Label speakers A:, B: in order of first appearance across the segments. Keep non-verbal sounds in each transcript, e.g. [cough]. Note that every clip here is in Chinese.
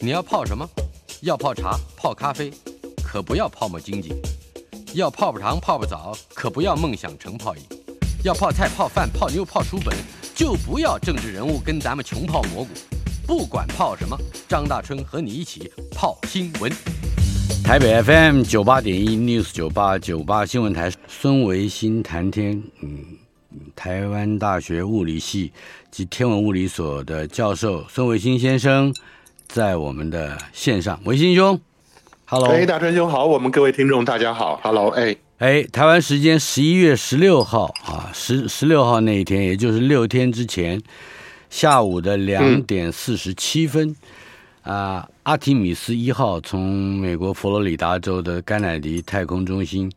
A: 你要泡什么？要泡茶、泡咖啡，可不要泡沫经济；要泡泡糖、泡泡澡，可不要梦想成泡影；要泡菜、泡饭、泡妞、泡书本，就不要政治人物跟咱们穷泡蘑菇。不管泡什么，张大春和你一起泡新闻。
B: 台北 FM 九八点一 News 九八九八新闻台，孙维新谈天，嗯，台湾大学物理系及天文物理所的教授孙维新先生，在我们的线上，维新兄，Hello，
C: 哎，大川兄好，我们各位听众大家好，Hello，哎，
B: 哎，台湾时间十一月十六号啊，十十六号那一天，也就是六天之前下午的
C: 嗯
B: 两点四十七分。啊，阿提米斯一号从美国佛罗里达州的甘乃迪太空中心，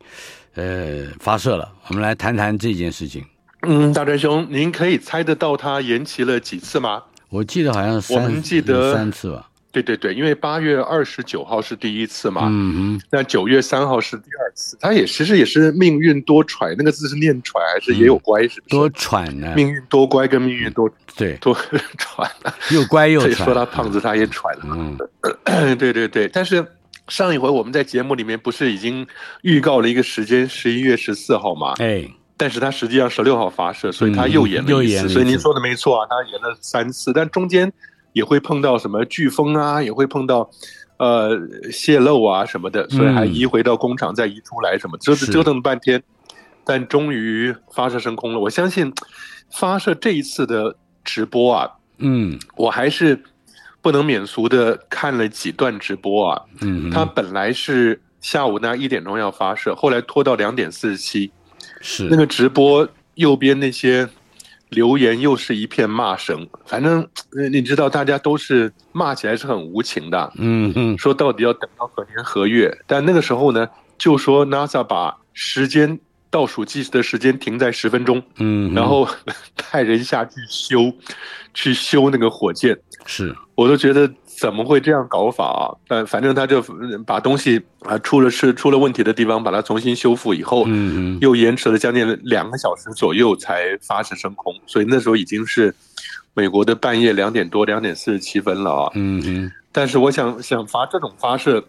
B: 呃，发射了。我们来谈谈这件事情。
C: 嗯，大川兄，您可以猜得到它延期了几次吗？
B: 我记得好像三
C: 我们记得
B: 三次吧。
C: 对对对，因为八月二十九号是第一次嘛，
B: 嗯哼，
C: 那九月三号是第二次，它也其实也是命运多舛，那个字是念舛还是也有乖？是不是？
B: 多喘呢、
C: 命运多乖跟命运多
B: 对，
C: 多舛啊。
B: 又乖又
C: 对，
B: 喘。
C: 说他胖子，他也喘
B: [laughs]
C: 了。
B: 嗯，
C: 对对对，但是上一回我们在节目里面不是已经预告了一个时间，十一月十四号嘛？
B: 哎，
C: 但是他实际上十六号发射，所以他又延
B: 嗯又
C: 了一
B: 延了一
C: 次。
B: 次
C: 所以您说的没错啊，他延了三次，但中间也会碰到什么飓风啊，也会碰到。呃，泄漏啊什么的，所以还
B: 嗯
C: 移回到工厂再移出来什么，折
B: 是
C: 腾折腾了半天，但终于发射升空了。我相信，发射这一次的直播啊，
B: 嗯
C: 我还是不能免俗的看了几段直播啊。
B: 嗯哼，
C: 它本来是下午那一点钟要发射，后来拖到两点四十七。
B: 是
C: 那个直播右边那些留言又是一片骂声，反正呃你知道，大家都是骂起来是很无情的，
B: 嗯哼，
C: 说到底要等到何年何月。但那个时候呢，就说 NASA 把时间倒数计时的时间停在十分钟，
B: 嗯哼，
C: 然后 [laughs] 派人下去修，去修那个火箭。
B: 是
C: 我都觉得怎么会这样搞法啊？但反正他就嗯把东西啊出了是出了问题的地方，把它重新修复以后，
B: 嗯哼，
C: 又延迟了将近两个小时左右才发射升空，所以那时候已经是美国的半夜两点多，两点四十七分了啊。
B: 嗯哼，
C: 但是我想想发这种发射。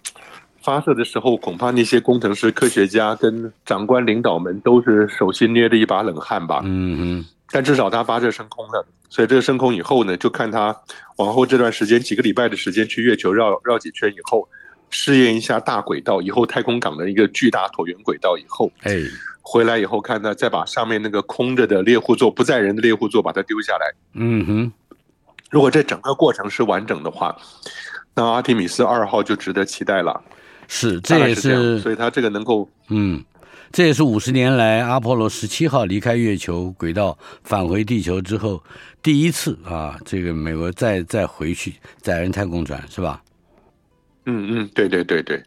C: 发射的时候，恐怕那些工程师、科学家跟长官领导们都是手心捏着一把冷汗吧。
B: 嗯哼，
C: 但至少它发射升空了，所以这个升空以后呢，就看它往后这段时间几个礼拜的时间去月球绕绕几圈以后，试验一下大轨道以后太空港的一个巨大椭圆轨道以后，
B: 哎，
C: 回来以后看它再把上面那个空着的猎户座不在人的猎户座把它丢下来。
B: 嗯哼，
C: 如果这整个过程是完整的话，那阿提米斯二号就值得期待了。
B: 是，
C: 大概
B: 也
C: 是样，所以它这个能够
B: 嗯，这也是五十年来阿波罗十七号离开月球轨道返回地球之后第一次啊，这个美国再再回去载人太空船是吧？
C: 嗯嗯，对对对对，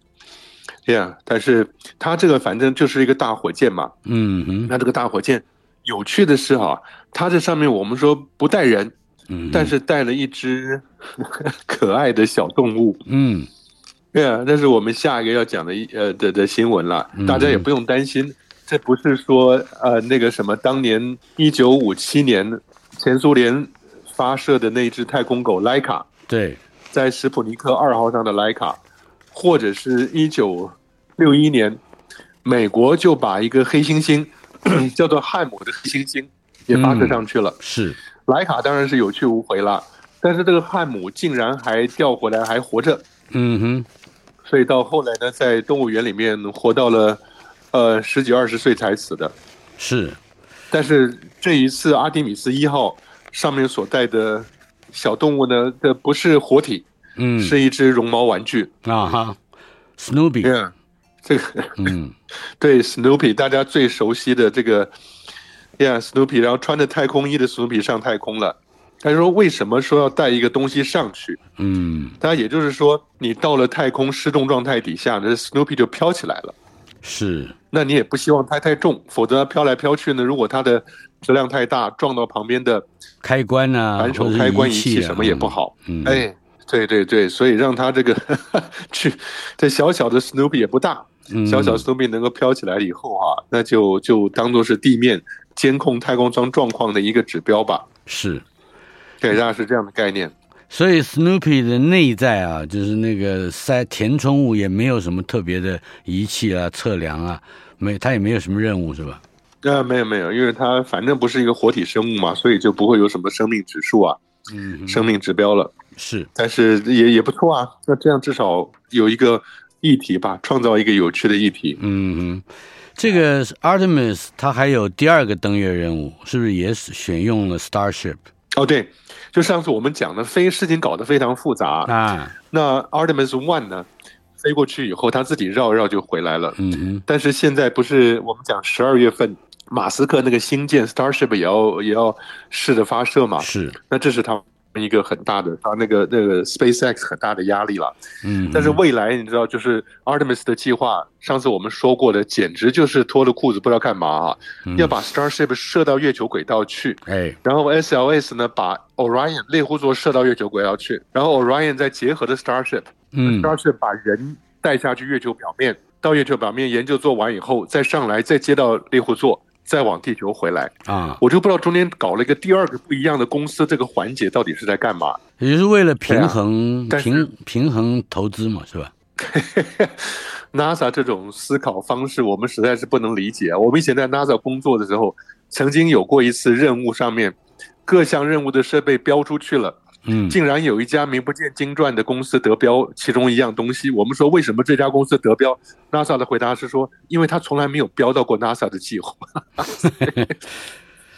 C: 这样。但是它这个反正就是一个大火箭嘛，
B: 嗯哼，
C: 那这个大火箭，有趣的是哈、它这上面我们说不带人，
B: 嗯哼，
C: 但是带了一只 [laughs] 可爱的小动物。
B: 嗯
C: 对啊，那是我们下一个要讲的一呃的的新闻了
B: 嗯，
C: 大家也不用担心，这不是说呃那个什么，当年一九五七年前苏联发射的那只太空狗莱卡，
B: 对，
C: 在史普尼克二号上的莱卡，或者是一九六一年，美国就把一个黑猩猩 [clears throat] 叫做汉姆的黑猩猩也发射上去了。
B: 是，
C: 莱卡当然是有去无回了，但是这个汉姆竟然还调回来还活着，
B: 嗯哼，
C: 所以到后来呢，在动物园里面活到了呃十几二十岁才死的。
B: 是，
C: 但是这一次阿提米斯一号上面所带的小动物呢，这不是活体，
B: 嗯
C: 是一只绒毛玩具。
B: 啊哈，Snoopy，
C: Yeah，这个 [laughs]
B: 嗯
C: 对 Snoopy 大家最熟悉的这个，Yeah，Snoopy，然后穿着太空衣的 Snoopy 上太空了。他说为什么说要带一个东西上去？
B: 嗯
C: 他也就是说，你到了太空失重状态底下，这 Snoopy 就飘起来了。
B: 是，
C: 那你也不希望它太重，否则它飘来飘去呢，如果它的质量太大，撞到旁边的
B: 开关呐、
C: 扳手、
B: 啊或者
C: 开关、仪
B: 器
C: 器
B: 啊
C: 什么也不，好。
B: 嗯，嗯，
C: 哎，对对对，所以让它这个 [laughs] 去，这小小的 Snoopy 也不大，
B: 嗯
C: 哎小小 Snoopy 能够飘起来以后啊，那就就当做是地面监控太空舱状况的一个指标吧。
B: 是。
C: 对，大概是这样的概念。
B: 所以 Snoopy 的内在啊，就是那个塞填充物也没有什么特别的仪器啊、测量啊，没它也没有什么任务是吧？
C: 呃，没有没有，因为它反正不是一个活体生物嘛，所以就不会有什么生命指数啊、
B: 嗯，
C: 生命指标了。
B: 是
C: 但是也也不错啊，那这样至少有一个议题吧，创造一个有趣的议题。
B: 嗯哼，这个 Artemis 它还有第二个登月任务，是不是也是选用了 Starship
C: 哦，对，就上次我们讲的，非事情搞得非常复杂。
B: 啊？
C: 那 Artemis One 呢，飞过去以后，它自己绕一绕就回来了。
B: 嗯哼，
C: 但是现在不是我们讲十二月份，马斯克那个星舰 Starship 也要也要试着发射嘛？
B: 是，
C: 那这是他们一个很大的，他那个那个 SpaceX 很大的压力了。
B: 嗯哼，
C: 但是未来你知道，就是 Artemis 的计划，上次我们说过的，简直就是脱了裤子不知道干嘛啊！
B: 嗯
C: 要把 Starship 射到月球轨道去，
B: 哎，
C: 然后 SLS 呢把 Orion 猎户座射到月球轨道去，然后 Orion 再结合的 Starship，Starship
B: 嗯，
C: 把人带下去月球表面，到月球表面研究做完以后，再上来，再接到猎户座，再往地球回来。
B: 啊，
C: 我就不知道中间搞了一个第二个不一样的公司，这个环节到底是在干嘛？
B: 也就是为了平衡、
C: 对啊但是
B: 平平衡投资嘛，是吧？
C: NASA 这种思考方式，我们实在是不能理解。啊我们以前在 NASA 工作的时候，曾经有过一次任务，上面各项任务的设备标出去了，
B: 嗯，
C: 竟然有一家名不见经传的公司得标其中一样东西。我们说为什么这家公司得标？NASA 的回答是说，因为他从来没有标到过 NASA 的计划。 [laughs]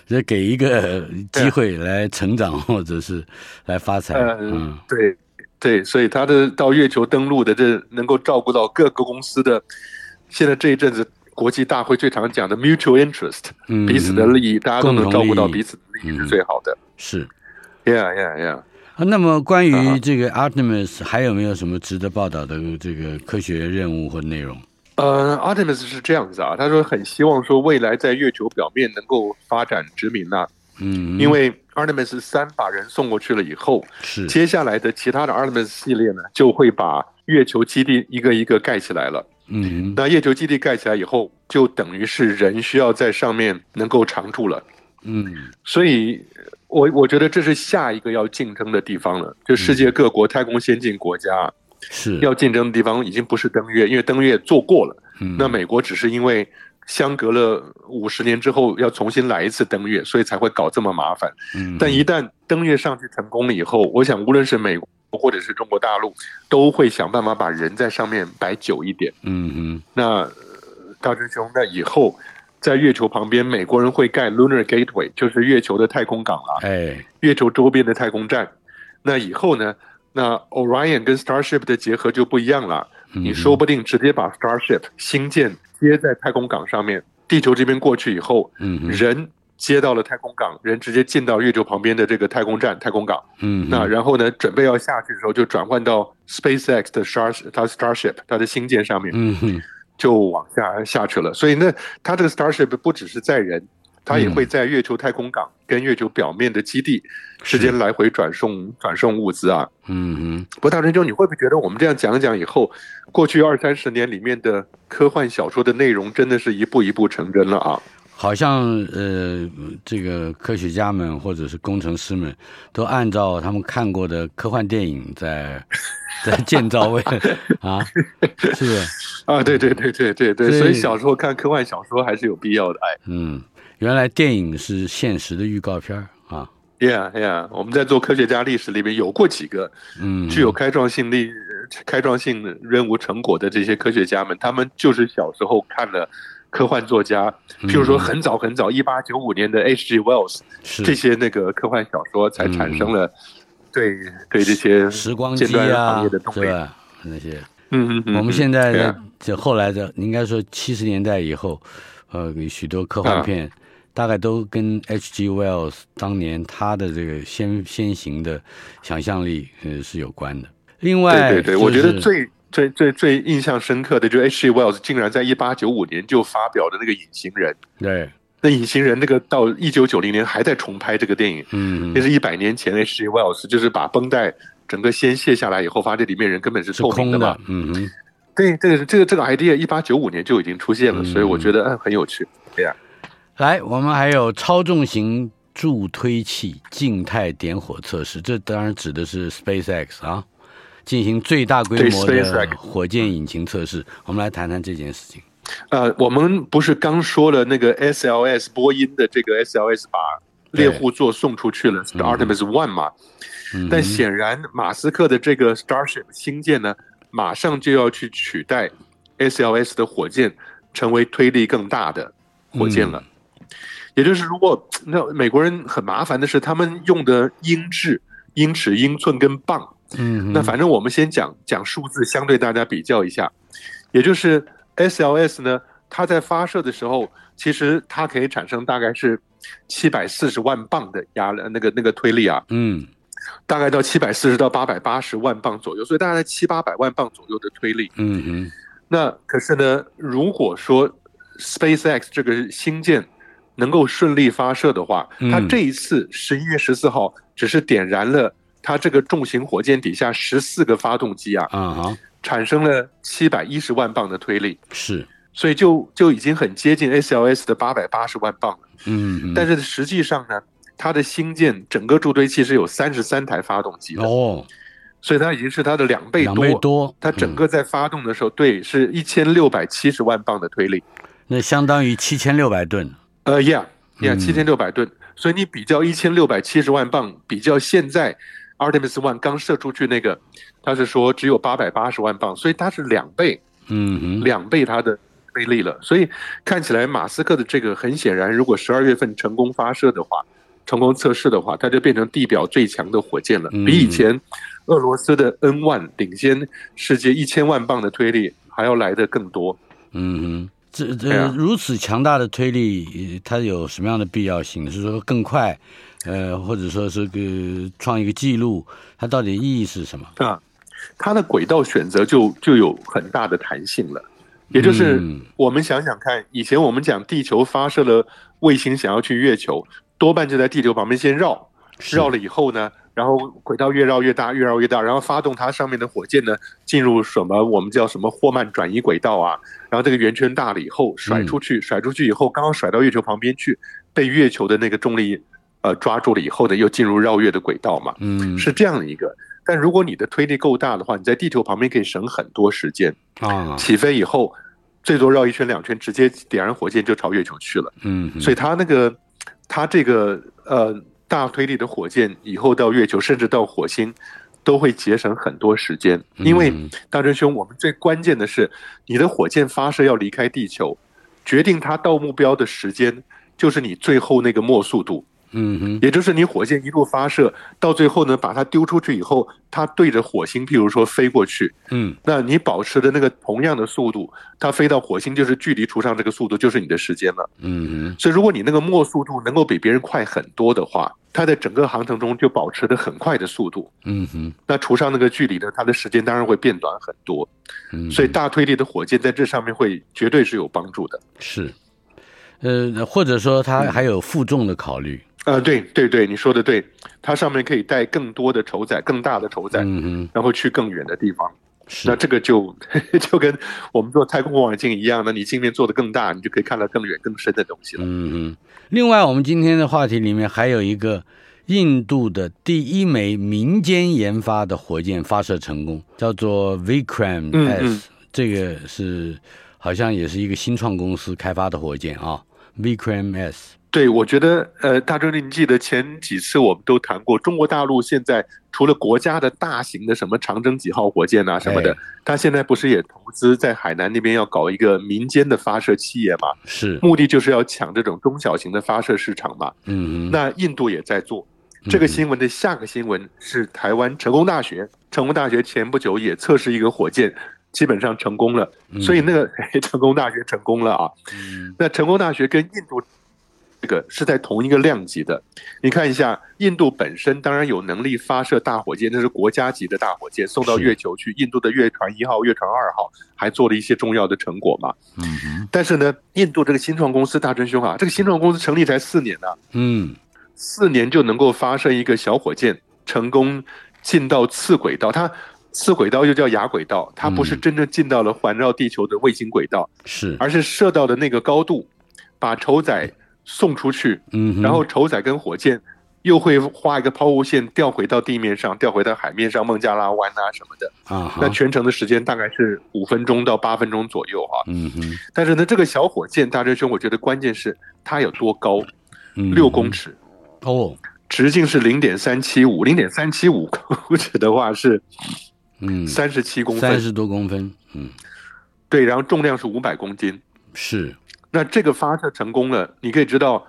B: 这给一个
C: 啊
B: 机会来成长，或者是来发财，嗯
C: 嗯，对对，所以他的到月球登陆的这能够照顾到各个公司的，现在这一阵子国际大会最常讲的 mutual interest，
B: 嗯
C: 彼此的利益，大家都能照顾到彼此的利益
B: 嗯
C: 是最好的。
B: 是。
C: Yeah, yeah, yeah。
B: 啊那么关
C: 啊
B: 于
C: 哈
B: 这个 Artemis 还有没有什么值得报道的这个科学任务或内容？
C: 呃，Artemis 是这样子啊，他说很希望说未来在月球表面能够发展殖民呐、
B: 嗯，
C: 因为 Artemis 三把人送过去了以后，
B: 是
C: 接下来的其他的 Artemis 系列呢，就会把月球基地一个一个盖起来了。
B: 嗯
C: 那月球基地盖起来以后，就等于是人需要在上面能够常住了。
B: 嗯
C: 所以，呃我我觉得这是下一个要竞争的地方了。就
B: 嗯
C: 世界各国太空先进国家啊
B: 是
C: 要竞争的地方，已经不是登月，因为登月做过了。
B: 嗯
C: 那美国只是因为相隔了五十年之后要重新来一次登月，所以才会搞这么麻烦。
B: 嗯
C: 但一旦登月上去成功了以后，我想无论是美国或者是中国大陆，都会想办法把人在上面摆久一点。
B: 嗯
C: 那呃大真兄，那以后在月球旁边，美国人会盖 Lunar Gateway，就是月球的太空港啊
B: 哼，哎
C: 月球周边的太空站。那以后呢？那 Orion 跟 Starship 的结合就不一样了。
B: 嗯
C: 你说不定直接把 Starship 星舰接在太空港上面，地球这边过去以后，
B: 嗯哼
C: 人接到了太空港，人直接进到月球旁边的这个太空站、太空港。
B: 嗯
C: 那然后呢，准备要下去的时候，就转换到 SpaceX 的 Star 它 Starship 它的星舰上面。
B: 嗯哼
C: 就往下下去了。所以那它这个 Starship 不只是载人，它也会
B: 嗯
C: 在月球太空港跟月球表面的基地之间来回转送转送物资啊。
B: 嗯
C: 不过大春兄，你会不会觉得我们这样讲一讲以后，过去二三十年里面的科幻小说的内容真的是一步一步成真了啊？
B: 哼，好像呃，这个科学家们或者是工程师们都按照他们看过的科幻电影在 [laughs] 在建造位啊，是不是？
C: 啊，对对对对对对，
B: 对
C: 所以小时候看科幻小说还是有必要的。哎
B: 嗯，原来电影是现实的预告片儿啊，
C: ，Yeah Yeah，我们哎在做科学家历史里面有过几个
B: 嗯，
C: 具有开创性力、呃开创性任务成果的这些科学家们，他们就是小时候看了科幻作家，譬如说很早很早，一八九五年的 H.G. Wells 这
B: 是嗯
C: 些那个科幻小说，才产生了对、对这些
B: 时光
C: 尖
B: 机
C: 端
B: 啊
C: 行业的，动
B: 是
C: 力。
B: 吧？那些
C: 嗯嗯嗯，
B: 我们现在
C: 对
B: 的
C: 啊
B: 就后来的，应该说七十年代以后，呃，许多科幻
C: 啊
B: 片大概都跟 H.G. Wells 当年他的这个先先行的想象力呃是有关的。另外，
C: 对对对，我觉
B: 就
C: 得
B: 是
C: 最。最最最印象深刻的就是 H.G. Wells 竟然在一八九五年就发表的那个《隐形人》，
B: 对，
C: 那《隐形人》那个到一九九零年还在重拍这个电影，
B: 嗯
C: 那，是一百年前的 H.G. Wells，就是把绷带整个先卸下来以后，发现里面人根本是
B: 是
C: 透明
B: 空
C: 嘛
B: 的。，嗯哼。
C: 对，这个这个这个 idea 一八九五年就已经出现了，
B: 嗯
C: 所以我觉得嗯很有趣。对呀、
B: 来，我们还有超重型助推器静态点火测试，这当然指的是 SpaceX 啊，进行最大规模
C: 对
B: 的
C: ，SpaceX
B: 火箭引擎测试。我们来谈谈这件事情。
C: 呃，我们不是刚说了那个 SLS 波音的这个 SLS 把猎户座送出去了
B: 嗯
C: Artemis One 嘛？
B: 嗯哼
C: 但显然，马斯克的这个 Starship 星舰呢，马上就要去取代 SLS 的火箭，成为推力更大的
B: 嗯
C: 火箭了。也就是，如果那美国人很麻烦的是，他们用的英制、英尺、英寸跟磅
B: 嗯哼，
C: 那反正我们先讲讲数字，相对大家比较一下，也就是 SLS 呢，它在发射的时候，其实它可以产生大概是七百四十万磅的压力，呃那个那个推力啊，
B: 嗯
C: 大概到七百四十到八百八十万磅左右，所以大概在七八百万磅左右的推力。
B: 嗯哼
C: 那可是呢，如果说 SpaceX 这个星舰能够顺利发射的话，
B: 嗯
C: 它这一次十一月十四号只是点燃了它这个重型火箭底下十四个发动机啊，
B: 啊哈
C: 产生了七百一十万磅的推力，
B: 是
C: 所以就就已经很接近 SLS 的八百八十万磅了。
B: 嗯哼，
C: 但是实际上呢，它的星舰整个助推器是有三十三台发动机的，
B: 哦
C: 所以它已经是它的两倍
B: 两
C: 多。
B: 倍多，
C: 它整个在发动的时候，对，是一千六百七十万磅的推力。
B: 嗯那相当于七千六百吨。
C: 呃，yeah，yeah，
B: 嗯
C: 七千六百吨。所以你比较一千六百七十万磅，比较现在 Artemis One 刚射出去那个，它是说只有八百八十万磅，所以它是两倍，
B: 嗯哼，
C: 两倍它的推力了。所以看起来马斯克的这个很显然，如果十二月份成功发射的话，成功测试的话，它就变成地表最强的火箭了，
B: 嗯
C: 比以前俄罗斯的 N One 领先世界一千万磅的推力还要来得更多。
B: 嗯哼，这
C: 对
B: 这
C: 啊
B: 如此强大的推力，呃它有什么样的必要性？是说更快，呃，或者说是个创一个记录，它到底意义是什么？
C: 啊，它的轨道选择就就有很大的弹性了。也就是
B: 嗯
C: 我们想想看，以前我们讲地球发射了卫星想要去月球，多半就在地球旁边先绕，
B: 是
C: 绕了以后呢，然后轨道越绕越大，越绕越大，然后发动它上面的火箭呢，进入什么我们叫什么霍曼转移轨道啊，然后这个圆圈大了以后甩出
B: 嗯
C: 去，甩出去以后刚好甩到月球旁边去，被月球的那个重力呃抓住了以后呢，又进入绕月的轨道嘛。
B: 嗯
C: 是这样的一个。但如果你的推力够大的话，你在地球旁边可以省很多时间。
B: 啊，
C: 起飞以后，最多绕一圈两圈，直接点燃火箭就朝月球去了。
B: 嗯哼，
C: 所以它那个，它这个呃大推力的火箭以后到月球甚至到火星，都会节省很多时间。因为
B: 嗯
C: 大真兄，我们最关键的是，你的火箭发射要离开地球，决定它到目标的时间，就是你最后那个末速度。
B: 嗯哼，
C: 也就是你火箭一路发射到最后呢，把它丢出去以后，它对着火星，譬如说飞过去，
B: 嗯
C: 那你保持的那个同样的速度，它飞到火星就是距离除上这个速度就是你的时间了。
B: 嗯哼，
C: 所以如果你那个末速度能够比别人快很多的话，它在整个航程中就保持的很快的速度，
B: 嗯哼，
C: 那除上那个距离呢，它的时间当然会变短很多。
B: 嗯哼，
C: 所以大推力的火箭在这上面会绝对是有帮助的。
B: 是，呃，或者说它
C: 嗯
B: 还有负重的考虑。
C: 呃，对对对，你说的对，它上面可以带更多的筹载，更大的筹载，
B: 嗯哼，
C: 然后去更远的地方。那
B: 是
C: 这个就 [laughs] 就跟我们做太空望远镜一样，那你镜面做得更大，你就可以看到更远更深的东西了。
B: 嗯哼。另外，我们今天的话题里面还有一个印度的第一枚民间研发的火箭发射成功，叫做 Vikram S，、
C: 嗯嗯
B: 这个是好像也是一个新创公司开发的火箭啊，Vikram S。
C: 对，我觉得呃，大周，你记得前几次我们都谈过，中国大陆现在除了国家的大型的什么长征几号火箭啊什么
B: 哎
C: 的，它现在不是也投资在海南那边要搞一个民间的发射企业嘛？
B: 是，
C: 目的就是要抢这种中小型的发射市场嘛。
B: 嗯哼，
C: 那印度也在做。这个新闻的下个新闻是台湾成功大学，成功大学前不久也测试一个火箭，基本上成功了，所以那个、 [laughs] 成功大学成功了啊。
B: 嗯
C: 那成功大学跟印度这个是在同一个量级的，你看一下，印度本身当然有能力发射大火箭，那是国家级的大火箭，送到
B: 是
C: 月球去。印度的月船一号、月船二号还做了一些重要的成果嘛。
B: 嗯哼，
C: 但是呢，印度这个新创公司大真兄啊，这个新创公司成立才四年呢、
B: 嗯
C: 四年就能够发射一个小火箭，成功进到次轨道。它次轨道又叫亚轨道，它不是
B: 嗯
C: 真正进到了环绕地球的卫星轨道，
B: 是，
C: 而是射到的那个高度，把筹载送出去，
B: 嗯哼，
C: 然后丑仔跟火箭又会画一个抛物线掉回到地面上，掉回到海面上孟加拉湾啊什么的。
B: 啊哈，
C: 那全程的时间大概是五分钟到八分钟左右啊。
B: 嗯哼，
C: 但是呢，这个小火箭大师兄，我觉得关键是它有多高，
B: 嗯哼
C: 六公尺，
B: 哦，
C: 直径是零点三七五，零点三七五 [laughs] 公尺的话是
B: 嗯，
C: 三十七公
B: 三
C: 分，
B: 十多公分，嗯，
C: 对，然后重量是五百公斤。
B: 是，
C: 那这个发射成功了，你可以知道，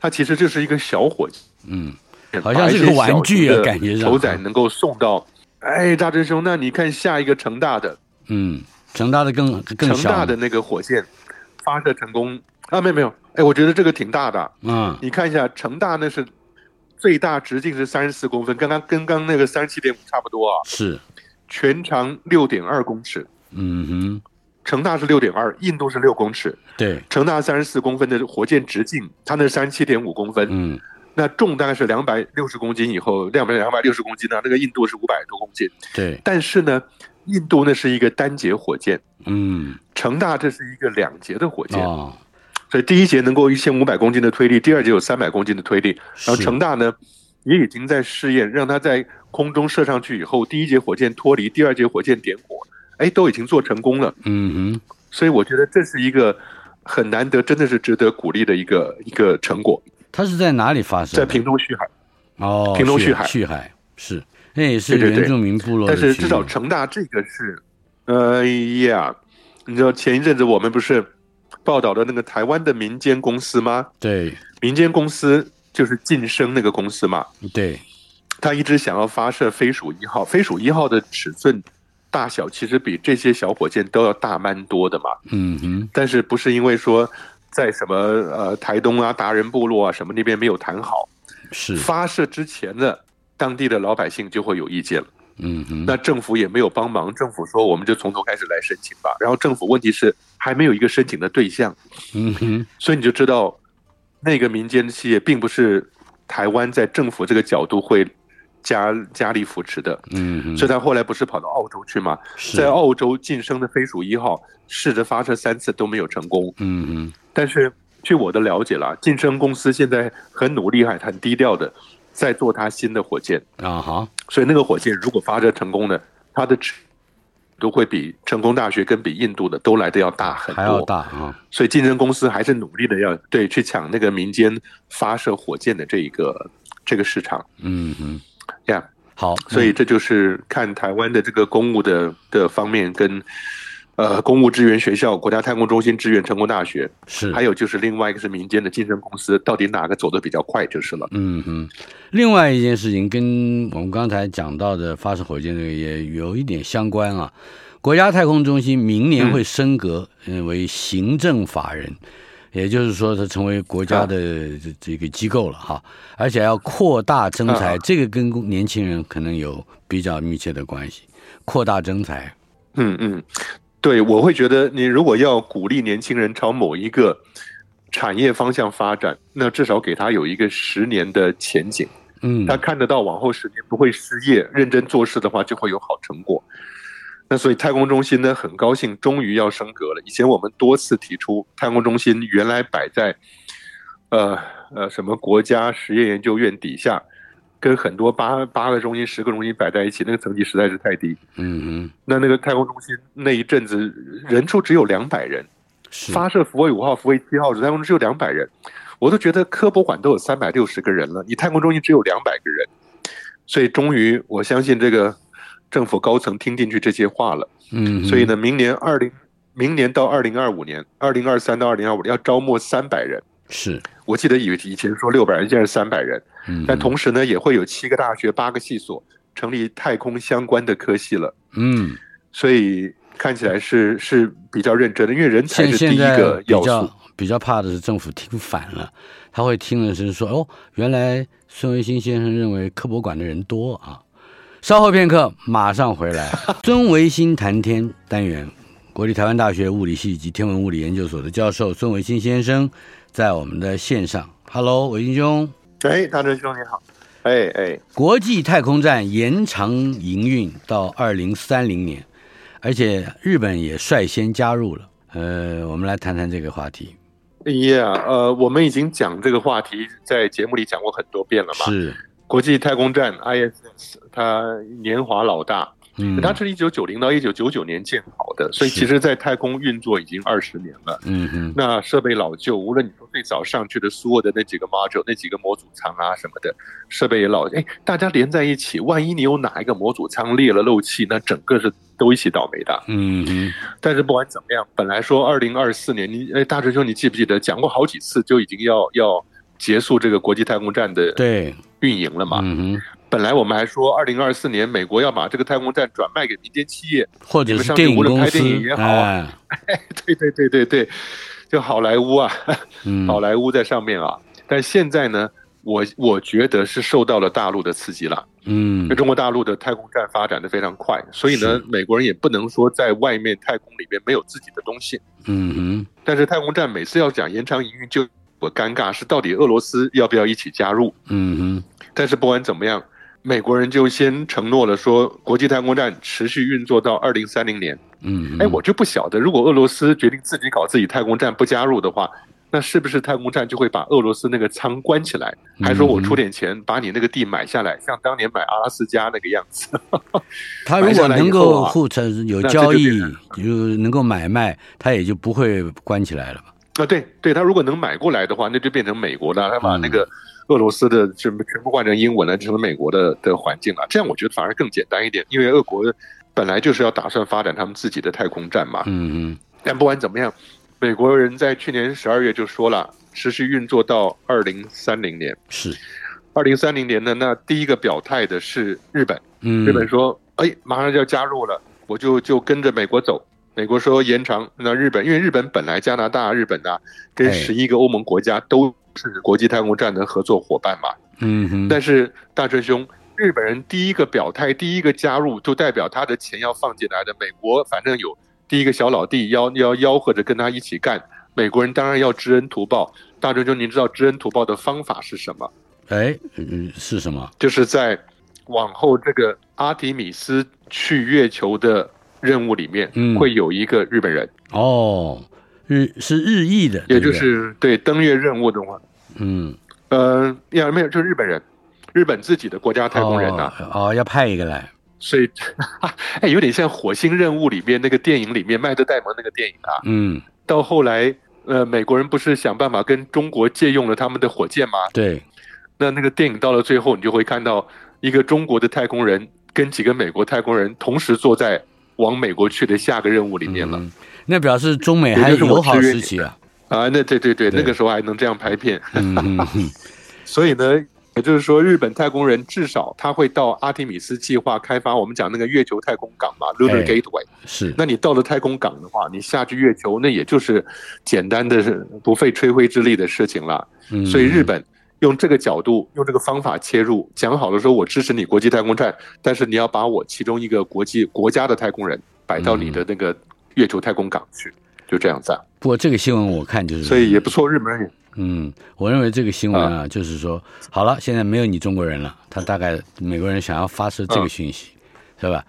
C: 它其实就是一个小火箭，
B: 嗯，好像是个
C: 把一些小型的
B: 玩具啊感觉上
C: 头仔能够送到。哎，大真兄，那你看下一个成大的，
B: 嗯，成大的更更
C: 成
B: 小，
C: 大的那个火箭发射成功啊，没有没有，哎，我觉得这个挺大的啊，
B: 嗯，
C: 你看一下成大那是最大直径是三十四公分，刚刚跟刚那个三十七点五差不多啊，
B: 是，
C: 全长六点二公尺，
B: 嗯
C: 成大是六点二，印度是六公尺，
B: 哼，对，
C: 成大三十四公分的火箭直径，它那三十七点五公分，
B: 嗯
C: 那重大概是两百六十公斤以后，两百两百六十公斤呢、那个印度是五百多公斤，
B: 对，
C: 但是呢，印度那是一个单节火箭，
B: 嗯
C: 成大这是一个两节的火箭，
B: 哦，
C: 所以第一节能够一千五百公斤的推力，第二节有三百公斤的推力。然后
B: 是
C: 成大呢，也已经在试验，让它在空中射上去以后，第一节火箭脱离，第二节火箭点火，哎，都已经做成功了。
B: 嗯哼，
C: 所以我觉得这是一个很难得，真的是值得鼓励的一个一个成果，
B: 它是在哪里发生的？
C: 在屏东旭海。
B: 哦，
C: 屏东
B: 旭
C: 旭海
B: 旭海是，那也是
C: 对对对
B: 原住民部落的
C: 但
B: 区域，
C: 是至少成大这个是，呃呀，你知道前一阵子我们不是报道的那个台湾的民间公司吗？
B: 对
C: 民间公司就是晋升那个公司嘛。
B: 对，
C: 他一直想要发射飞鼠一号，飞鼠一号的尺寸大小其实比这些小火箭都要大蛮多的嘛。
B: 嗯哼，
C: 但是不是因为说在什么呃台东啊、达人部落啊什么那边没有谈好，
B: 是，
C: 发射之前呢，当地的老百姓就会有意见了。
B: 嗯哼，
C: 那政府也没有帮忙，政府说我们就从头开始来申请吧。然后政府问题是还没有一个申请的对象，
B: 嗯哼，
C: 所以你就知道那个民间企业并不是台湾在政府这个角度会加加力扶持的。
B: 嗯哼，
C: 所以他后来不是跑到澳洲去吗？
B: 是
C: 在澳洲晋升的飞鼠一号试着发射三次都没有成功，
B: 嗯哼，
C: 但是据我的了解啦，晋升公司现在很努力还很低调的在做它新的火箭，
B: 啊哈，
C: 所以那个火箭如果发射成功呢，它的尺都会比成功大学跟比印度的都来的要大很
B: 还要
C: 多，
B: 大啊，
C: 所以晋升公司还是努力的要对去抢那个民间发射火箭的这一个这个市场
B: 嗯哼，
C: 呀。
B: 好，嗯
C: 所以这就是看台湾的这个公务的的方面跟。呃，公务支援学校、国家太空中心支援成功大学，
B: 是
C: 还有就是另外一个是民间的晋升公司，到底哪个走得比较快就是了。
B: 嗯哼，另外一件事情跟我们刚才讲到的发射火箭这个也有一点相关啊。国家太空中心明年会升格呃为行政法人，也就是说，它成为国家的这这个机构了哈，而且要扩大征才，
C: 啊
B: 这个跟年轻人可能有比较密切的关系。扩大征才，
C: 嗯嗯，对，我会觉得你如果要鼓励年轻人朝某一个产业方向发展，那至少给他有一个十年的前景。
B: 嗯
C: 他看得到往后十年不会失业，认真做事的话就会有好成果。那所以太空中心呢，很高兴终于要升格了。以前我们多次提出，太空中心原来摆在，呃呃什么国家实验研究院底下，跟很多八八个中心、十个中心摆在一起，那个层级实在是太低。
B: 嗯
C: 那那个太空中心那一阵子人数只有两百人，
B: 哼，是
C: 发射福卫五号、福卫七号，太空中只有两百人，我都觉得科博馆都有三百六十个人了，你太空中心只有两百个人，所以终于我相信这个政府高层听进去这些话了，
B: 嗯哼，
C: 所以呢，明年二零，明年到二零二五年，二零二三到二零二五要招募三百人。
B: 是，
C: 我记得以以前说六百人，现在是三百人，
B: 嗯哼，
C: 但同时呢，也会有七个大学、八个系所成立太空相关的科系了，
B: 嗯，
C: 所以看起来是是比较认真的，因为人才
B: 现
C: 是第
B: 现
C: 一
B: 在
C: 个
B: 比
C: 要素
B: 较。比较怕的是政府听反了，他会听的是说哦，原来孙维新先生认为科博馆的人多啊。稍后片刻，马上回
C: [laughs]
B: 来。孙维新谈天单元，国立台湾大学物理系及天文物理研究所的教授孙维新先生在我们的线上。Hello，维新兄。
C: 哎，大真兄你好。哎哎，
B: 国际太空站延长营运到二零三零年，而且日本也率先加入了。呃，我们来谈谈这个话题。
C: Yeah，呃，我们已经讲这个话题在节目里讲过很多遍了嘛。
B: 是，
C: 国际太空站 ISS，它年华老大，
B: 嗯，
C: 它是一九九零到一九九九年建好的，所以
B: 是
C: 其实在太空运作已经二十年了。
B: 嗯哼，
C: 那设备老旧，无论你说最早上去的苏俄的那几个 module、那几个模组舱啊什么的，设备也老，哎，大家连在一起，万一你有哪一个模组舱裂了漏气，那整个是都一起倒霉的。
B: 嗯哼，
C: 但是不管怎么样，本来说二零二四年，你哎，大师兄你记不记得讲过好几次，就已经要要结束这个国际太空站的
B: 对，
C: 运营了嘛？
B: 嗯哼，
C: 本来我们还说二零二四年美国要把这个太空站转卖给民间企业，
B: 或者
C: 你们
B: 是
C: 上
B: 电
C: 去
B: 影
C: 无论
B: 公
C: 拍
B: 司
C: 电影也，好啊
B: 哎，
C: 对对对对对，就好莱坞啊。
B: 嗯，
C: 好莱坞在上面啊。但现在呢，我我觉得是受到了大陆的刺激了，
B: 嗯
C: 因为，中国大陆的太空站发展的非常快，所以呢
B: 是，
C: 美国人也不能说在外面太空里面没有自己的东西。
B: 嗯
C: 但是太空站每次要讲延长营运，就我尴尬是到底俄罗斯要不要一起加入？
B: 哼，嗯哼，
C: 但是不管怎么样，美国人就先承诺了说，国际太空站持续运作到二零三零年。
B: 嗯哼，
C: 哎，我就不晓得，如果俄罗斯决定自己搞自己太空站不加入的话，那是不是太空站就会把俄罗斯那个仓关起来？还说我出点钱把你那个地买下来，像当年买阿拉斯加那个样子？ [laughs]
B: 他如
C: 买
B: 果
C: 下来
B: 能
C: 以后
B: 够
C: 啊
B: 互成有
C: 那这
B: 交
C: 就
B: 易
C: 变成，
B: 就是能够买卖，他也就不会关起来了嘛。
C: 啊，对对，他如果能买过来的话，那就变成美国的，他把那个俄罗斯的全部全部换成英文了，成了美国的的环境了。这样我觉得反而更简单一点，因为俄国本来就是要打算发展他们自己的太空站嘛。
B: 嗯
C: 但不管怎么样，美国人在去年十二月就说了，持续运作到二零三零年。
B: 哼，是，
C: 二零三零年呢，那第一个表态的是日本，
B: 嗯，
C: 日本说，哎，马上就要加入了，我就就跟着美国走。美国说延长，那日本因为日本本来加拿大、日本呐、
B: 哎
C: 跟十一个欧盟国家都是国际太空站的合作伙伴嘛。
B: 嗯哼，
C: 但是大师兄，日本人第一个表态、第一个加入，就代表他的钱要放进来的。美国反正有第一个小老弟要要吆喝着跟他一起干，美国人当然要知恩图报。大师兄，您知道知恩图报的方法是什么？
B: 哎，嗯是什么？
C: 就是在往后这个阿提米斯去月球的任务里面，
B: 嗯
C: 会有一个日本人，
B: 哦，日是日裔的，
C: 也
B: 对
C: 就
B: 不对
C: 是对登月任务的话，
B: 嗯，
C: 呃，呀，没有，就是日本人，日本自己的国家太空人呐、
B: 哦，哦，要派一个来，
C: [laughs] 所以， [laughs] 哎，有点像火星任务里面那个电影里面麦德戴蒙那个电影啊。
B: 嗯，
C: 到后来，呃，美国人不是想办法跟中国借用了他们的火箭吗？
B: 对，
C: 那那个电影到了最后，你就会看到一个中国的太空人跟几个美国太空人同时坐在往美国去的下个任务里面了、
B: 嗯，那表示中美
C: 也就
B: 还
C: 是我
B: 友好
C: 支援
B: 时
C: 你
B: 期啊，
C: 啊！那对对
B: 对
C: 对，那个时候还能这样拍片，
B: 嗯嗯嗯
C: 所以呢，也就是说，日本太空人至少他会到阿提米斯计划开发，我们讲那个月球太空港嘛
B: 哎
C: ，Lunar Gateway。 [laughs]
B: 是，
C: 那你到了太空港的话，你下去月球，那也就是简单的不费吹灰之力的事情了。
B: 嗯
C: 所以日本用这个角度、用这个方法切入，讲好了说我支持你国际太空站，但是你要把我其中一个国际国家的太空人摆到你的那个月球太空港去，就这样子、啊。
B: 不过这个新闻我看就是，
C: 所以也不错，日本人也
B: 嗯，我认为这个新闻啊，就是说，好了，现在没有你中国人了，他大概美国人想要发射这个讯息，是吧？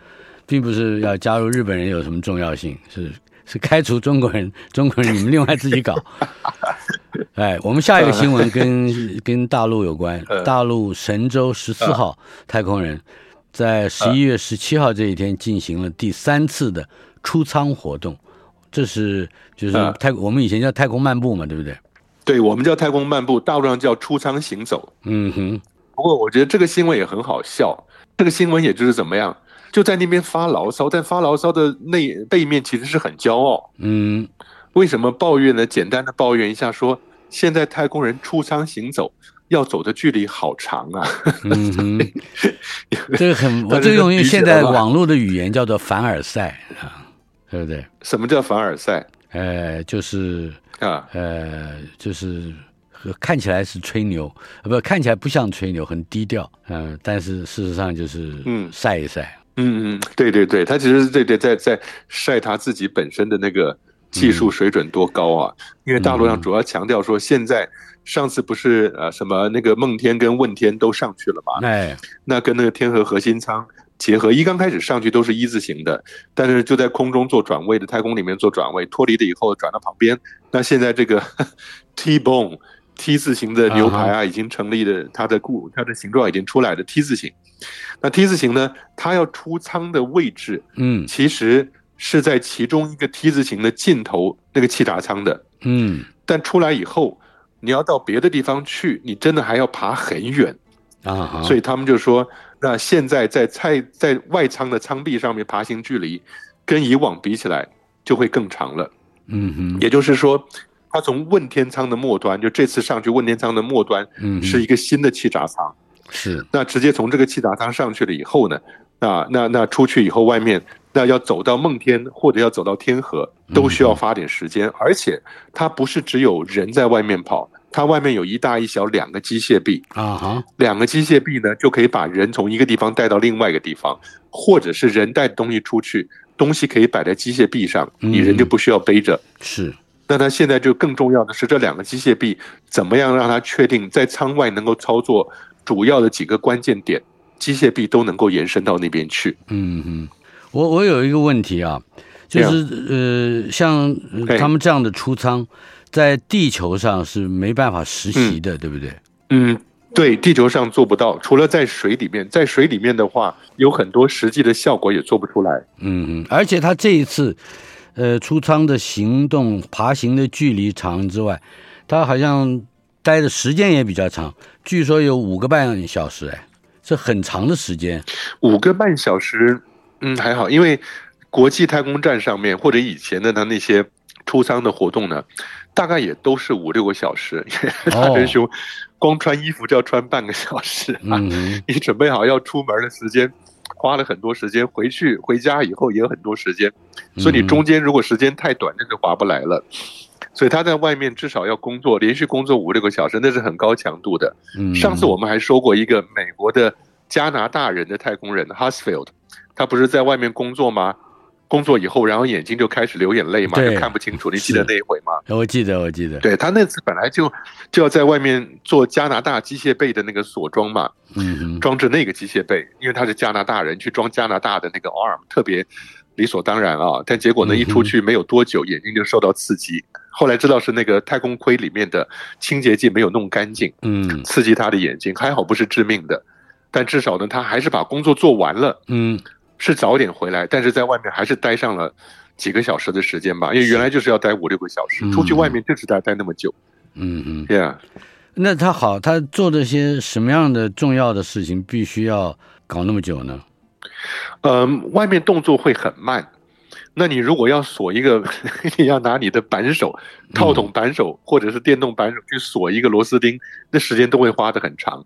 B: 并不是要加入日本人有什么重要性，是是开除中国人， [laughs] 中国人你们另外自己搞。哎，我们下一个新闻跟跟大陆有关，大陆神舟十四号太空人在十一月十七号这一天进行了第三次的出舱活动，这是就是
C: 嗯
B: 太我们以前叫太空漫步嘛，对不对？
C: 对我们叫太空漫步，大陆上叫出舱行走。
B: 嗯哼。
C: 不过我觉得这个新闻也很好笑，这个新闻也就是怎么样，就在那边发牢骚，但发牢骚的内背面其实是很骄傲。
B: 嗯，
C: 为什么抱怨呢？简单的抱怨一下说，现在太空人出舱行走要走的距离好长啊。 [laughs]
B: 嗯哼， [laughs] 这个很，我
C: 但是
B: 这个
C: 这
B: 用用
C: 的确
B: 现在
C: 吧
B: 网络的语言叫做凡尔赛啊，对不对？
C: 什么叫凡尔赛
B: 呃，就是
C: 啊？
B: 呃，就是和看起来是吹牛，呃，不，看起来不像吹牛，很低调，嗯、但是事实上就是
C: 嗯
B: 晒一晒，
C: 嗯嗯，对对对，他其实是对对在在晒他自己本身的那个技术水准多高啊，因为大陆上主要强调说现在。上次不是呃什么那个梦天跟问天都上去了嘛？
B: 哎，
C: 那跟那个天河核心舱结合一刚开始上去都是一字形的，但是就在空中做转位的太空里面做转位，脱离了以后转到旁边。那现在这个 [laughs] T bone T 字形的牛排啊，已经成立了它的固它的形状已经出来了 T 字形。那 T 字形呢，它要出舱的位置
B: 嗯
C: 其实是在其中一个 T 字形的尽头那个气闸舱的，
B: 嗯
C: 但出来以后。你要到别的地方去，你真的还要爬很远，
B: 啊哈，
C: 所以他们就说，那现在在菜在外舱的舱壁上面爬行距离，跟以往比起来就会更长了。
B: 嗯哼
C: 也就是说，它从问天舱的末端，就这次上去问天舱的末端
B: 嗯哼
C: 是一个新的气闸舱。
B: 是
C: 那直接从这个气闸舱上去了以后呢，那那那出去以后，外面那要走到梦天或者要走到天河，
B: 嗯
C: 都需要花点时间。而且它不是只有人在外面跑，它外面有一大一小两个机械臂。
B: 啊哈
C: 两个机械臂呢，就可以把人从一个地方带到另外一个地方，或者是人带东西出去，东西可以摆在机械臂上，
B: 嗯
C: 你人就不需要背着。
B: 是
C: 那它现在就更重要的是，这两个机械臂怎么样让它确定在舱外能够操作主要的几个关键点，机械臂都能够延伸到那边去。
B: 嗯哼，我我有一个问题啊，就是呃，像呃
C: 啊嘿
B: 他们这样的出舱，在地球上是没办法实习的，对不对？
C: 嗯，对，地球上做不到，除了在水里面，在水里面的话，有很多实际的效果也做不出来。
B: 嗯哼，而且他这一次，呃，出舱的行动、爬行的距离长之外，他好像待的时间也比较长，据说有五个半小时，哎，这很长的时间。
C: 五个半小时，嗯，还好，因为国际太空站上面或者以前的呢那些出舱的活动呢，大概也都是五六个小时。 [laughs] 大真兄，光穿衣服就要穿半个小时啊！
B: 嗯哼，
C: [laughs] 你准备好要出门的时间，花了很多时间，回去回家以后也有很多时间，所以你中间如果时间太短，那就划不来了。所以他在外面至少要工作，连续工作五六个小时，那是很高强度的。
B: 嗯
C: 上次我们还说过一个美国的加拿大人的太空人 Husfield，他不是在外面工作吗？工作以后，然后眼睛就开始流眼泪嘛，
B: 对
C: 就看不清楚。你记得
B: 是
C: 那一回吗？
B: 我记得我记得，
C: 对他那次本来就就要在外面做加拿大机械臂的那个锁装嘛，
B: 嗯哼，
C: 装置那个机械臂，因为他是加拿大人，去装加拿大的那个 arm，特别理所当然啊。但结果呢，
B: 嗯哼
C: 一出去没有多久，眼睛就受到刺激。后来知道是那个太空盔里面的清洁剂没有弄干净，
B: 嗯
C: 刺激他的眼睛，还好不是致命的，但至少呢，他还是把工作做完了，
B: 嗯
C: 是早点回来，但是在外面还是待上了几个小时的时间吧，因为原来就是要待五六个小时
B: 嗯，
C: 出去外面就是待待那么久，
B: 嗯哼。
C: 对呀，
B: 那他好，他做这些什么样的重要的事情，必须要搞那么久呢？
C: 嗯，外面动作会很慢。那你如果要锁一个， [laughs] 你要拿你的扳手、套筒扳手或者是电动扳手去锁一个螺丝钉，那时间都会花得很长。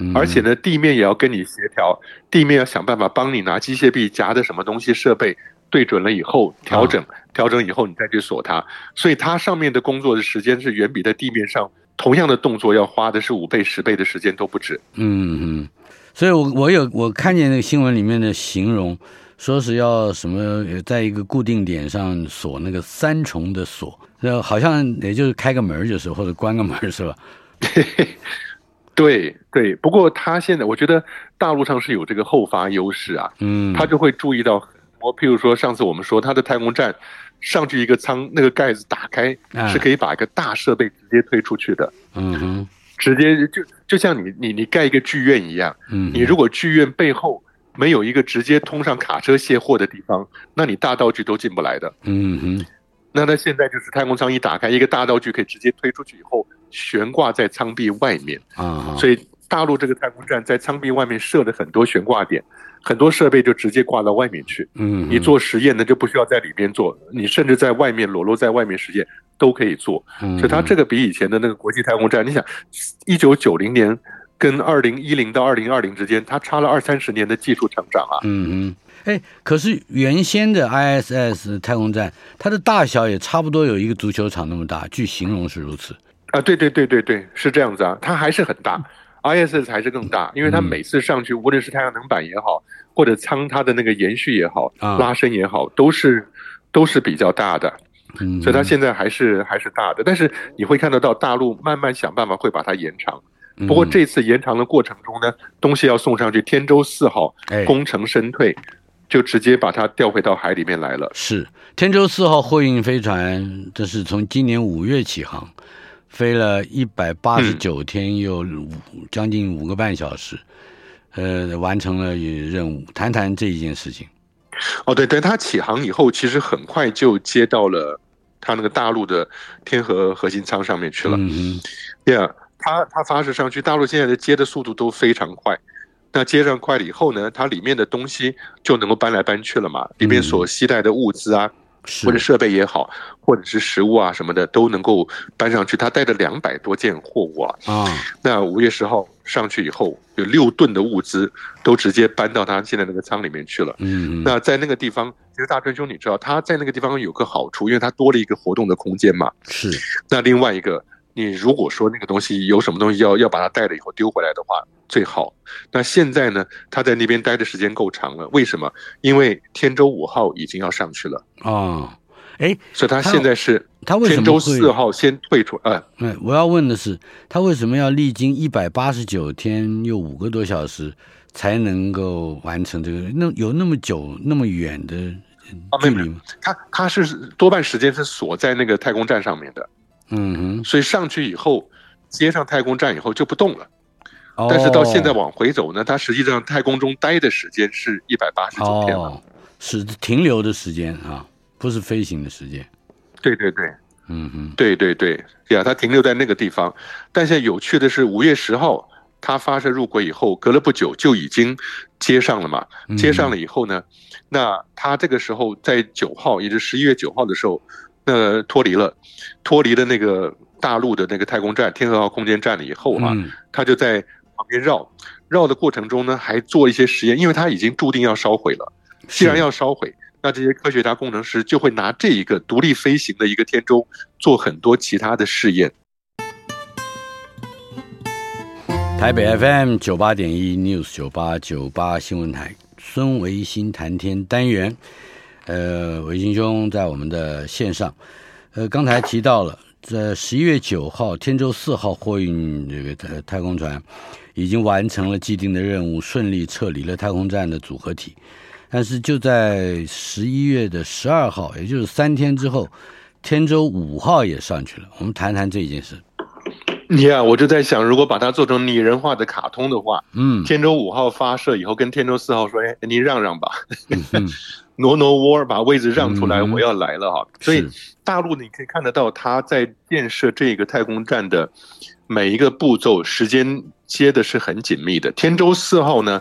B: 嗯
C: 而且，呢，地面也要跟你协调，地面要想办法帮你拿机械臂夹的什么东西设备对准了以后调整，
B: 啊
C: 调整以后你再去锁它。所以它上面的工作的时间是远比在地面上同样的动作要花的是五倍、十倍的时间都不止。
B: 嗯嗯，所以我我有我看见那个新闻里面的形容，说是要什么呃在一个固定点上锁那个三重的锁，那好像也就是开个门儿就是或者关个门儿是吧？
C: 对对，不过它现在我觉得大陆上是有这个后发优势啊，
B: 嗯，
C: 他就会注意到，我譬如说上次我们说他的太空站上去一个舱，那个盖子打开
B: 啊
C: 是可以把一个大设备直接推出去的。
B: 嗯哼
C: 直接就就像你你你盖一个剧院一样，
B: 嗯哼，
C: 你如果剧院背后没有一个直接通上卡车卸货的地方，那你大道具都进不来的。
B: 嗯哼
C: 那它现在就是太空舱一打开，一个大道具可以直接推出去以后悬挂在舱壁外面，
B: 啊哈，
C: 所以大陆这个太空站在舱壁外面设了很多悬挂点，很多设备就直接挂到外面去。
B: 嗯哼
C: 你做实验呢就不需要在里边做，你甚至在外面裸露在外面实验都可以做。
B: 嗯
C: 所以它这个比以前的那个国际太空站，你想，一九九零年跟二零一零到二零二零之间，它差了二三十年的技术成长啊。
B: 嗯哼，哎，可是原先的 ISS 太空站，它的大小也差不多有一个足球场那么大，据形容是如此。
C: 啊，对对对对对，是这样子啊，它还是很大，ISS 还是更大，因为它
B: 嗯
C: 每次上去，无论是太阳能板也好，或者舱它的那个延续也好，
B: 啊
C: 拉伸也好，都是都是比较大的，
B: 嗯，
C: 所以它现在还是还是大的。但是你会看得到大陆慢慢想办法会把它延长。
B: 嗯
C: 不过这次延长的过程中呢，东西要送上去，天舟四号
B: 哎，
C: 功成身退，就直接把它调回到海里面来了。
B: 是天舟四号货运飞船，这是从今年五月起航，飞了一百八十九天，又五将近五个半小时，呃，完成了任务。谈谈这一件事情。
C: 哦，对，但它起航以后，其实很快就接到了它那个大陆的天河核心舱上面去了。
B: 嗯哼，
C: Yeah，它它发射上去，大陆现在的接的速度都非常快。那接上快了以后呢，它里面的东西就能够搬来搬去了嘛，里面所携带的物资啊，或
B: 嗯是
C: 者设备也好，或者是食物啊什么的，都能够搬上去。它带了两百多件货物啊，
B: 啊，
C: 那五月十号上去以后，有六吨的物资都直接搬到它现在那个舱里面去了。
B: 嗯，
C: 那在那个地方，其实大川兄你知道，他在那个地方有个好处，因为它多了一个活动的空间嘛。
B: 是
C: 那另外一个，你如果说那个东西有什么东西要要把它带了以后丢回来的话，最好。那现在呢，他在那边待的时间够长了，为什么？因为天舟五号已经要上去了，
B: 啊，哎，
C: 所以他
B: 它
C: 现在是
B: 他为什
C: 天
B: 么
C: 舟
B: 会
C: 四号先退出，呃，
B: 哎，我要问的是，他为什么要历经一百八十九天又五个多小时才能够完成这个？那有那么久那么远的
C: 啊
B: 距
C: 没有没
B: 离
C: 有
B: 吗？
C: 他他是多半时间是锁在那个太空站上面的，
B: 嗯
C: 所以上去以后。接上太空站以后就不动了，
B: 哼，
C: 但是到现在
B: 哦
C: 往回走呢，它实际上太空中待的时间是一百八十九天了。
B: 哦，是停留的时间啊，不是飞行的时间。
C: 对对对，
B: 嗯哼，
C: 对对对，呀，它停留在那个地方。但现在有趣的是，五月十号它发射入轨以后，隔了不久就已经接上了嘛。
B: 嗯
C: 接上了以后呢，那它这个时候在九号，也就是十一月九号的时候，那脱离了，脱离了那个大陆的那个太空站天河号空间站了以后啊，
B: 嗯
C: 它就在旁边绕。绕的过程中呢，还做一些实验，因为它已经注定要烧毁了。既然
B: 是
C: 要烧毁，那这些科学家工程师就会拿这一个独立飞行的一个天舟做很多其他的试验。
B: 台北 FM 九八点一 News 九八九八新闻台，孙维新谈天单元，呃，维新兄在我们的线上，呃，刚才提到了，在十一月九号，天舟四号货运这个太太空船已经完成了既定的任务，顺利撤离了太空站的组合体，但是就在十一月的十二号，也就是三天之后，天舟五号也上去了。我们谈谈这件事，
C: 你看，我就在想，如果把它做成拟人化的卡通的话，
B: 嗯
C: 天舟五号发射以后，跟天舟四号说：“哎，您让让吧， [laughs]
B: 嗯
C: 挪挪窝，把位置让出来，
B: 嗯
C: 我要来了哈。”所以
B: 是
C: 大陆你可以看得到，它在建设这个太空站的每一个步骤，时间接的是很紧密的。天舟四号呢，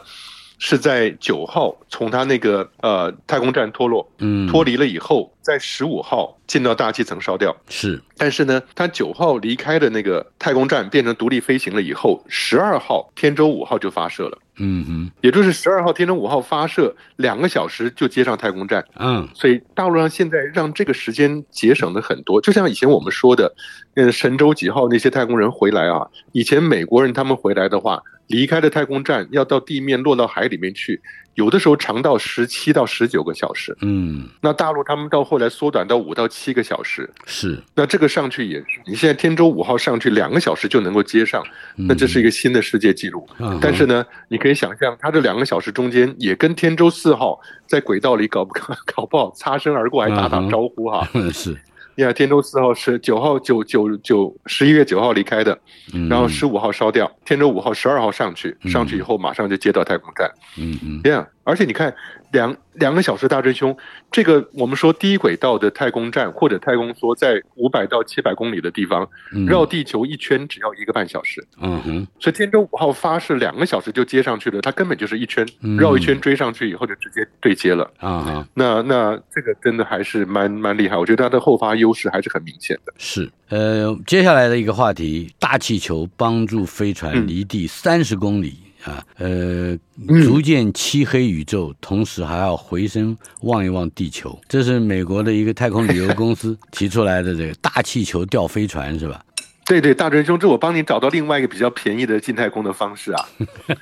C: 是在九号从它那个呃太空站脱落，
B: 嗯，
C: 脱离了以后，在十五号进到大气层烧掉。
B: 是
C: 但是呢，它九号离开的那个太空站变成独立飞行了以后，十二号天舟五号就发射了，
B: 嗯哼。
C: 也就是十二号天舟五号发射两个小时就接上太空站，
B: 嗯，
C: 所以大陆上现在让这个时间节省了很多。就像以前我们说的，呃，神舟几号那些太空人回来啊，以前美国人他们回来的话，离开了太空站要到地面落到海里面去，有的时候长到十七到十九个小时。
B: 嗯，
C: 那大陆他们到后来缩短到五到七个小时，
B: 是，
C: 那这个上去也是，你现在天舟五号上去两个小时就能够接上，那这是一
B: 个，
C: 个新的世界纪录。
B: 嗯
C: 但是呢，你可以想象，它这两个小时中间也跟天舟四号在轨道里搞 [laughs] 不搞不好擦身而过，还打打
B: 嗯哼
C: 招呼哈。
B: 嗯哼是，
C: 你看，天舟四号是九号九九九十一月九号离开的，
B: 嗯
C: 然后十，五号烧掉，天舟五号十二号上去，上去以后马上就接到太空站。
B: 嗯嗯，
C: 这样，而且你看，两两个小时大追凶，这个我们说低轨道的太空站或者太空梭，在五百到七百公里的地方
B: 嗯
C: 绕，地球一圈只要一个半小时，
B: 嗯哼，
C: 所以天舟五号发射两个小时就接上去了，它根本就是一圈
B: 嗯
C: 绕一圈追上去以后就直接对接了。
B: 啊哈，
C: 那那这个真的还是蛮蛮厉害，我觉得它的后发优势还是很明显的。
B: 是，呃，接下来的一个话题，大气球帮助飞船
C: 嗯
B: 离地三十公里。啊，呃，逐渐漆黑宇宙，同时还要回身望一望地球，这是美国的一个太空旅游公司
C: [laughs]
B: 提出来的这个大气球吊飞船是吧？
C: 对对，大真兄，这我帮你找到另外一个比较便宜的进太空的方式啊。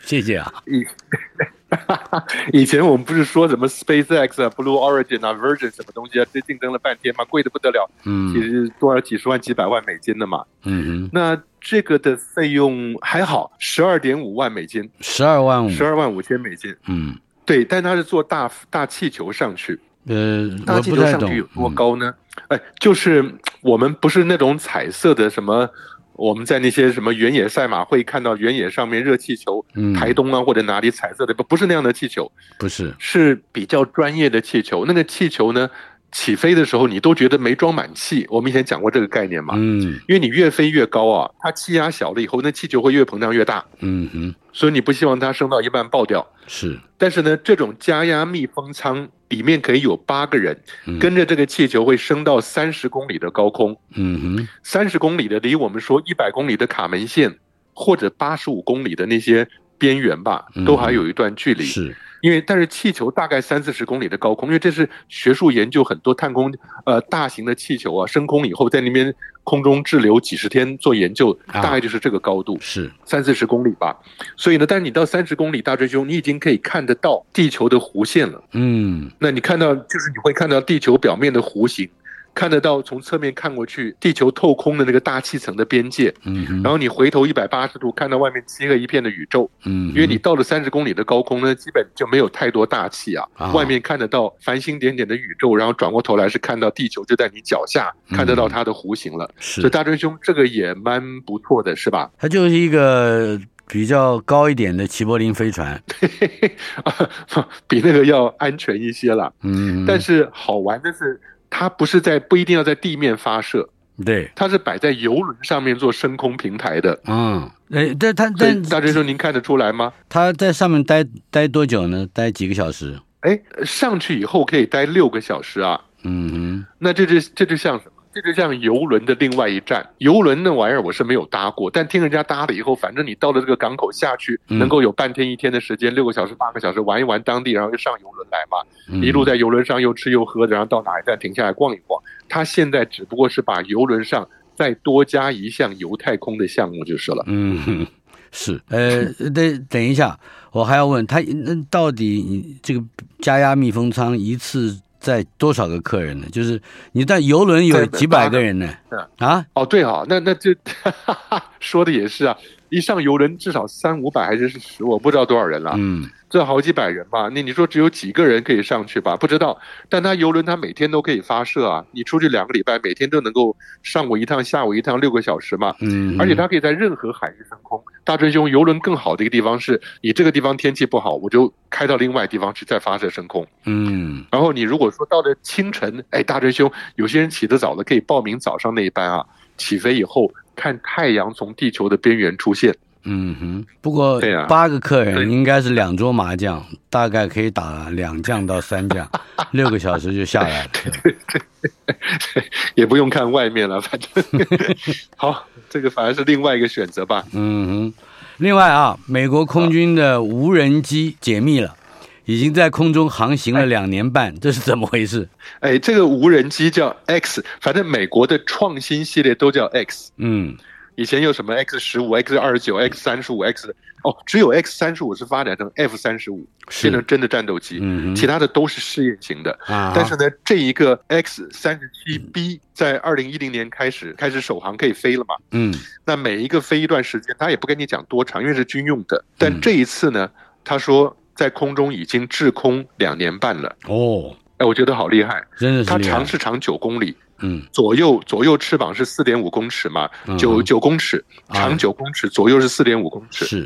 B: 谢谢啊，
C: 以 [laughs] 以前我们不是说什么 SpaceX 啊、Blue Origin 啊、Virgin 什么东西啊，这竞争了半天嘛，贵的不得了，其
B: 嗯
C: 实多少几十万、几百万美金的嘛。
B: 嗯哼，
C: 那这个的费用还好，十二点五万美金，
B: 十二万五，
C: 十二万五千美金。
B: 嗯，
C: 对，但它是坐大大气球上去，
B: 呃，
C: 大
B: 我
C: 气
B: 不
C: 球
B: 太
C: 上
B: 懂嗯
C: 去有，多高呢？哎，就是我们不是那种彩色的什么。我们在那些什么原野赛马会看到原野上面热气球，
B: 嗯
C: 台东啊或者哪里彩色的，不不是那样的气球，
B: 嗯不是，
C: 是比较专业的气球。那个气球呢，起飞的时候你都觉得没装满气。我们以前讲过这个概念嘛，
B: 嗯
C: 因为你越飞越高啊，它气压小了以后，那气球会越膨胀越大，
B: 嗯哼，
C: 所以你不希望它升到一半爆掉。
B: 是，
C: 但是呢，这种加压密封舱里面可以有八个人，
B: 嗯
C: 跟着这个气球会升到三十公里的高空，
B: 嗯哼，
C: 三十公里的离我们说一百公里的卡门线，或者八十五公里的那些边缘吧
B: 嗯，
C: 都还有一段距离。
B: 是，
C: 因为但是气球大概三四十公里的高空，因为这是学术研究很多探空呃大型的气球啊升空以后在那边空中滞留几十天做研究，
B: 啊
C: 大概就是这个高度
B: 是，
C: 三四十公里吧。所以呢，但是你到三十公里大追兄，你已经可以看得到地球的弧线了。
B: 嗯
C: 那你看到就是你会看到地球表面的弧形，看得到从侧面看过去地球透空的那个大气层的边界，
B: 嗯哼，
C: 然后你回头一百八十度看到外面漆黑一片的宇宙。
B: 嗯哼，
C: 因为你到了三十公里的高空呢，基本就没有太多大气啊，
B: 啊
C: 外面看得到繁星点点的宇宙，然后转过头来是看到地球就在你脚下，
B: 嗯
C: 看得到它的弧形了。所以
B: 是，
C: 大追兄这个也蛮不错的，是吧？
B: 它就是一个比较高一点的齐柏林飞船，
C: [laughs] 比那个要安全一些啦。
B: 嗯，
C: 但是好玩的是，它不是在不一定要在地面发射，
B: 对，
C: 它是摆在游轮上面做升空平台的。
B: 嗯，哎，但它
C: 所
B: 但
C: 以大追兄，您看得出来吗？
B: 它在上面待待多久呢？待几个小时？
C: 哎，上去以后可以待六个小时啊。
B: 嗯哼，
C: 那这就这就像什么？这就像游轮的另外一站。游轮那玩意儿我是没有搭过，但听人家搭了以后，反正你到了这个港口下去，
B: 嗯
C: 能够有半天一天的时间，六个小时、八个小时玩一玩当地，然后又上游轮来嘛。
B: 嗯
C: 一路在游轮上又吃又喝，然后到哪一站停下来逛一逛。他现在只不过是把游轮上再多加一项游太空的项目就是了。
B: 嗯，哼，是，呃，等等一下，我还要问他，那到底你这个加压密封舱一次载多少个客人呢？就是你在游轮有
C: 载
B: 几百个人呢
C: 八个？
B: 啊，
C: 哦，对啊，那那这 [laughs] 说的也是啊，一上游轮至少三五百还是十，我不知道多少人了。
B: 嗯
C: 这好几百人吧，那你说只有几个人可以上去吧？不知道，但它游轮它每天都可以发射啊，你出去两个礼拜，每天都能够上午一趟，下午一趟，六个小时嘛。
B: 嗯，
C: 而且它可以在任何海域升空。大真兄，游轮更好的一个地方是，你这个地方天气不好，我就开到另外地方去再发射升空。
B: 嗯
C: 然后你如果说到了清晨，哎，大真兄，有些人起得早的可以报名早上那一班啊，起飞以后看太阳从地球的边缘出现。
B: 嗯哼，不过
C: 对啊
B: 八个客人
C: 对
B: 应该是两桌麻将，大概可以打两将到三
C: [laughs]
B: 将，六个小时就下来了。
C: 也不用看外面了，反正好，这个反而是另外一个选择吧。
B: 嗯哼，另外啊，美国空军的无人机解密了，已经在空中航行了两年半，这是怎么回
C: [laughs]
B: 事？
C: 哎，这个无人机叫 X，反正美国的创新系列都叫 X。
B: 嗯
C: 以前有什么 X 十五、X 二十九、X 三十五、X 哦，只有 X 三十五是发展成 F 三十五，
B: 是
C: 变成真的战斗机，
B: 嗯哼
C: 其他的都是试验型的。
B: 啊，
C: 但是呢，这一个 X 三十七 B 在二零一零年开始开始首航可以飞了嘛？
B: 嗯
C: 那每一个飞一段时间，他也不跟你讲多长，因为是军用的。
B: 嗯
C: 但这一次呢，他说在空中已经滞空两年半了。
B: 哦，
C: 哎，我觉得好厉害，
B: 真的是
C: 它
B: 厉害
C: 长，是长九公里，
B: 嗯
C: 左右左右翅膀是四点五公尺嘛
B: 嗯，
C: 九九公尺，
B: 啊
C: 长九公尺，左右是四点五公尺，
B: 是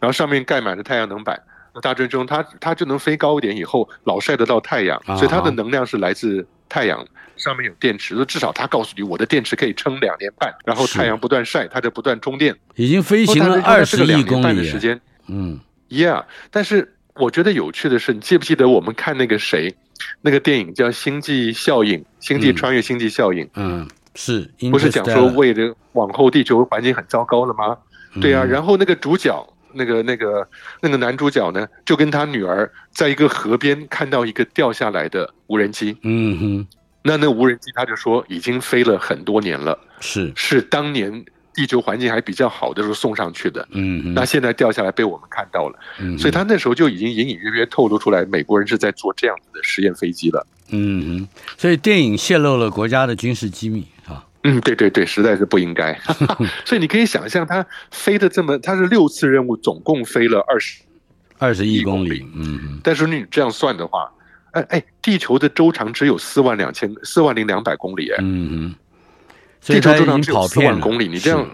C: 然后上面盖满了太阳能板。那大追中它它就能飞高一点，以后老晒得到太阳，
B: 啊
C: 所以它的能量是来自太阳。上面有电池，至少它告诉你我的电池可以撑两年半，然后
B: 是
C: 太阳不断晒，它就不断充电。
B: 已经飞行了
C: 大
B: 二
C: 追
B: 十亿
C: 兄它这个两年
B: 公
C: 半的
B: 里
C: 时，间，
B: 嗯
C: Yeah，但是我觉得有趣的是，你记不记得我们看那个谁，那个电影叫《星际效应》，《星际
B: 嗯
C: 穿越》《星际效应》
B: 嗯是，
C: 不是讲说
B: Interstellar，
C: 为了往后地球环境很糟糕了吗？对啊，
B: 嗯
C: 然后那个主角，那个那个那个男主角呢，就跟他女儿在一个河边看到一个掉下来的无人机，
B: 嗯哼
C: 那那无人机他就说已经飞了很多年了，
B: 是
C: 是当年地球环境还比较好的时候送上去的，
B: 嗯哼，
C: 那现在掉下来被我们看到了，
B: 嗯哼
C: 所以他那时候就已经隐隐约约透露出来，美国人是在做这样子的实验飞机了。
B: 嗯哼，所以电影泄露了国家的军事机密啊，
C: 嗯，对对对，实在是不应该。 [laughs] 所以你可以想象，他飞的这么，他是六次任务，总共飞了二十，
B: 二十亿公
C: 一
B: 里，嗯哼，
C: 但是你这样算的话，哎哎，地球的周长只有四万两千四万零两百公里，哎，
B: 嗯哼，所以
C: 地球
B: 他已
C: 周长
B: 经
C: 只有
B: 跑
C: 四
B: 遍
C: 万
B: 了
C: 公里，你这样，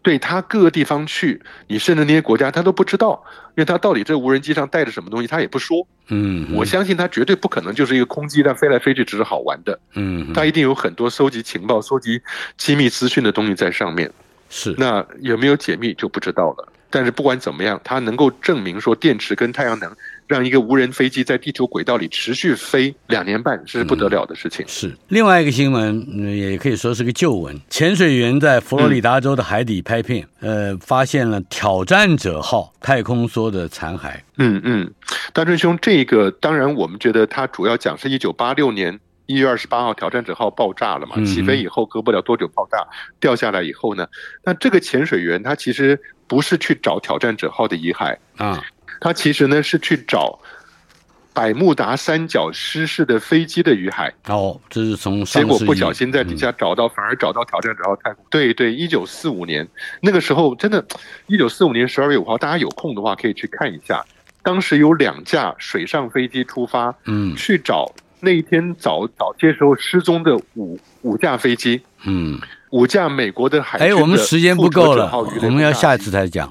C: 对他各个地方去，你甚至那些国家他都不知道，因为他到底这无人机上带着什么东西，他也不说。
B: 是嗯哼，
C: 我相信他绝对不可能就是一个空机，但飞来飞去只是好玩的，
B: 嗯
C: 他
B: 哼，
C: 一定有很多收集情报、收集机密资讯的东西在上面。
B: 是
C: 那有没有解密就不知道了。但是不管怎么样，它能够证明说电池跟太阳能让一个无人飞机在地球轨道里持续飞两年半，这是不得了的事情。
B: 是。另外一个新闻，嗯也可以说是个旧闻，潜水员在佛罗里达州的海底拍片，呃，发现了挑战者号太空梭的残骸，
C: 嗯嗯，大春兄，这个当然我们觉得它主要讲是一九八六年。一月二十八号，挑战者号爆炸了嘛？
B: 嗯
C: 起飞以后，隔不了多久爆炸，掉下来以后呢，那这个潜水员他其实不是去找挑战者号的遗骸，
B: 啊，
C: 他其实呢是去找百慕达三角失事的飞机的遗骸。
B: 哦，这是从上
C: 结果
B: 世纪
C: 不小心在底
B: 嗯
C: 下找到，反而找到挑战者号太空。对对，一九四五年那个时候，真的，一九四五年十二月五号，大家有空的话可以去看一下。当时有两架水上飞机出发
B: 嗯
C: 去找那一天早早些时候失踪的五五架飞机，
B: 嗯，嗯
C: 五架美国的海军
B: 哎，
C: 的
B: 我们时间不够了
C: 复仇者号鱼，雷
B: 我们要
C: 轰炸
B: 下
C: 机
B: 次才讲。